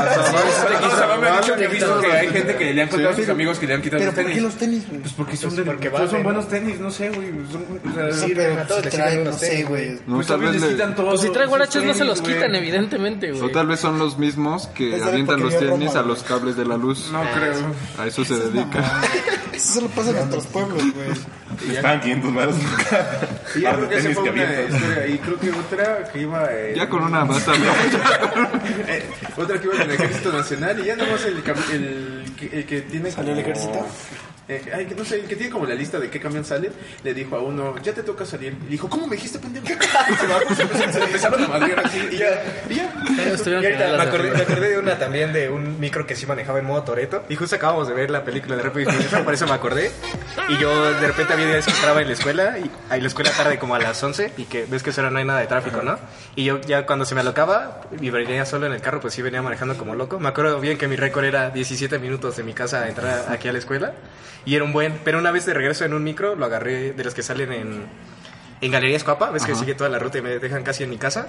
[SPEAKER 3] A Sabá me ha dicho que he visto que hay gente que le han contado a sus amigos que le han quitado
[SPEAKER 2] ¿Pero
[SPEAKER 3] los
[SPEAKER 2] por qué
[SPEAKER 3] tenis.
[SPEAKER 2] los tenis, güey?
[SPEAKER 3] Pues porque son, de-
[SPEAKER 1] porque
[SPEAKER 3] pues, son
[SPEAKER 1] valen.
[SPEAKER 3] buenos tenis, no sé, güey. son- o sea,
[SPEAKER 2] Sí,
[SPEAKER 1] a
[SPEAKER 2] pero
[SPEAKER 1] todos
[SPEAKER 2] se
[SPEAKER 1] les
[SPEAKER 2] traen,
[SPEAKER 1] quitan
[SPEAKER 2] no
[SPEAKER 1] los
[SPEAKER 2] sé,
[SPEAKER 1] tenis.
[SPEAKER 2] güey.
[SPEAKER 7] No,
[SPEAKER 3] pues
[SPEAKER 7] tal
[SPEAKER 3] también
[SPEAKER 7] vez
[SPEAKER 3] les
[SPEAKER 7] le-
[SPEAKER 3] quitan todos
[SPEAKER 5] Pues si
[SPEAKER 3] los
[SPEAKER 5] trae guarachos no se
[SPEAKER 3] tenis,
[SPEAKER 5] los
[SPEAKER 3] güey.
[SPEAKER 5] quitan, evidentemente,
[SPEAKER 7] O
[SPEAKER 5] güey.
[SPEAKER 7] tal vez son los mismos que
[SPEAKER 2] Es de
[SPEAKER 7] avientan
[SPEAKER 2] porque
[SPEAKER 7] los
[SPEAKER 2] vio
[SPEAKER 7] tenis
[SPEAKER 2] Roma,
[SPEAKER 7] a los cables de la luz.
[SPEAKER 3] No creo.
[SPEAKER 7] A eso se dedica.
[SPEAKER 2] Eso solo pasa en nuestros pueblos, güey.
[SPEAKER 4] Estaban 500 baros.
[SPEAKER 3] Y ya creo que esa
[SPEAKER 4] Ah, tenis
[SPEAKER 3] fue
[SPEAKER 4] que
[SPEAKER 3] una
[SPEAKER 4] avientan.
[SPEAKER 3] historia. Y creo que otra que iba... eh,
[SPEAKER 7] Ya con una basta. ¿no?
[SPEAKER 3] Eh, otra que iba en el Ejército Nacional y ya nomás el, cam- el, que- el que tiene
[SPEAKER 2] ¿Salió el
[SPEAKER 3] como-
[SPEAKER 2] ejército?
[SPEAKER 3] Eh, ay, que no sé, el que tiene como la lista de qué camión sale, le dijo a uno, ya te toca salir. Y le dijo, ¿cómo me dijiste, pendejo? Y se, bajó, se empezaron- se empezaron a madrear así y ya, y ya.
[SPEAKER 5] Ellos tuvieron
[SPEAKER 1] Y
[SPEAKER 5] que
[SPEAKER 1] ahorita
[SPEAKER 5] ver
[SPEAKER 1] me
[SPEAKER 5] las
[SPEAKER 1] acordé, me
[SPEAKER 5] de-
[SPEAKER 1] acordé de una también de un micro que sí manejaba en modo Toreto. Y justo acabamos de ver la película de Rápido y Furioso, por eso me acordé. Y yo de repente había días que entraba en la escuela, y ahí la escuela tarde como a las 11, y que ves que eso no hay nada de tráfico, ¿no? Y yo ya cuando se me alocaba y venía solo en el carro, pues sí venía manejando como loco. Me acuerdo bien que mi récord era 17 minutos de mi casa a entrar aquí a la escuela, y era un buen. Pero una vez de regreso en un micro, lo agarré de los que salen en. En Galerías Cuapa, ves que sigue toda la ruta y me dejan casi en mi casa.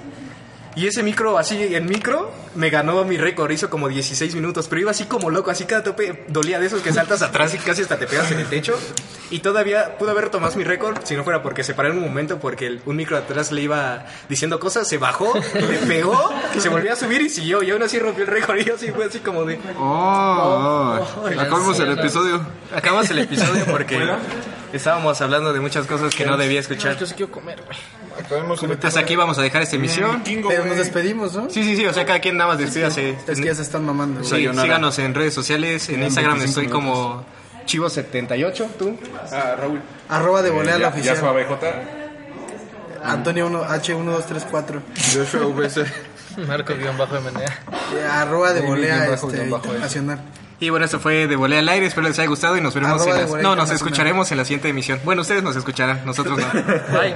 [SPEAKER 1] Y ese micro, así en micro, me ganó mi récord. Hizo como 16 minutos, pero iba así como loco, así cada tope dolía de esos que saltas atrás y casi hasta te pegas en el techo. Y todavía pude haber tomado mi récord si no fuera porque se paró en un momento porque el- un micro atrás le iba diciendo cosas, se bajó, le pegó, y se volvió a subir y siguió. Y aún así rompió el récord. Y yo así fue así como de.
[SPEAKER 7] Oh, acabamos el
[SPEAKER 5] Cancela.
[SPEAKER 7] episodio.
[SPEAKER 1] Acabamos el episodio porque estábamos hablando de muchas cosas que no debía escuchar.
[SPEAKER 5] Yo sí quiero comer, güey.
[SPEAKER 6] Acabemos el
[SPEAKER 1] Hasta aquí vamos a dejar esta emisión.
[SPEAKER 2] Pero nos despedimos, ¿no?
[SPEAKER 1] Sí, sí, sí, o sea, cada quien nada más despídase.
[SPEAKER 2] Es que ya se están mamando.
[SPEAKER 1] Sí,
[SPEAKER 2] güey.
[SPEAKER 1] síganos en redes sociales. En Instagram estoy como chivo78, tú.
[SPEAKER 3] Ah, Raúl.
[SPEAKER 2] Arroba de volea la
[SPEAKER 4] Ya, ya su
[SPEAKER 2] oficial.
[SPEAKER 4] ABJ.
[SPEAKER 2] Antonio 1, H1234.
[SPEAKER 7] Joshua
[SPEAKER 3] pues.
[SPEAKER 7] VC.
[SPEAKER 5] Marco guión bajo de manera.
[SPEAKER 2] Eh, Arroba de
[SPEAKER 6] Bien, bien
[SPEAKER 2] volea
[SPEAKER 6] bajo,
[SPEAKER 2] este,
[SPEAKER 6] bien bajo, eh.
[SPEAKER 2] internacional.
[SPEAKER 1] Y bueno, esto fue de Volea al Aire. Espero les haya gustado y nos veremos
[SPEAKER 2] Arroba
[SPEAKER 1] en
[SPEAKER 2] de
[SPEAKER 1] la-
[SPEAKER 2] Volea
[SPEAKER 1] No, nos
[SPEAKER 2] Internacional.
[SPEAKER 1] escucharemos en la siguiente emisión. Bueno, ustedes nos escucharán, nosotros no.
[SPEAKER 5] Bye.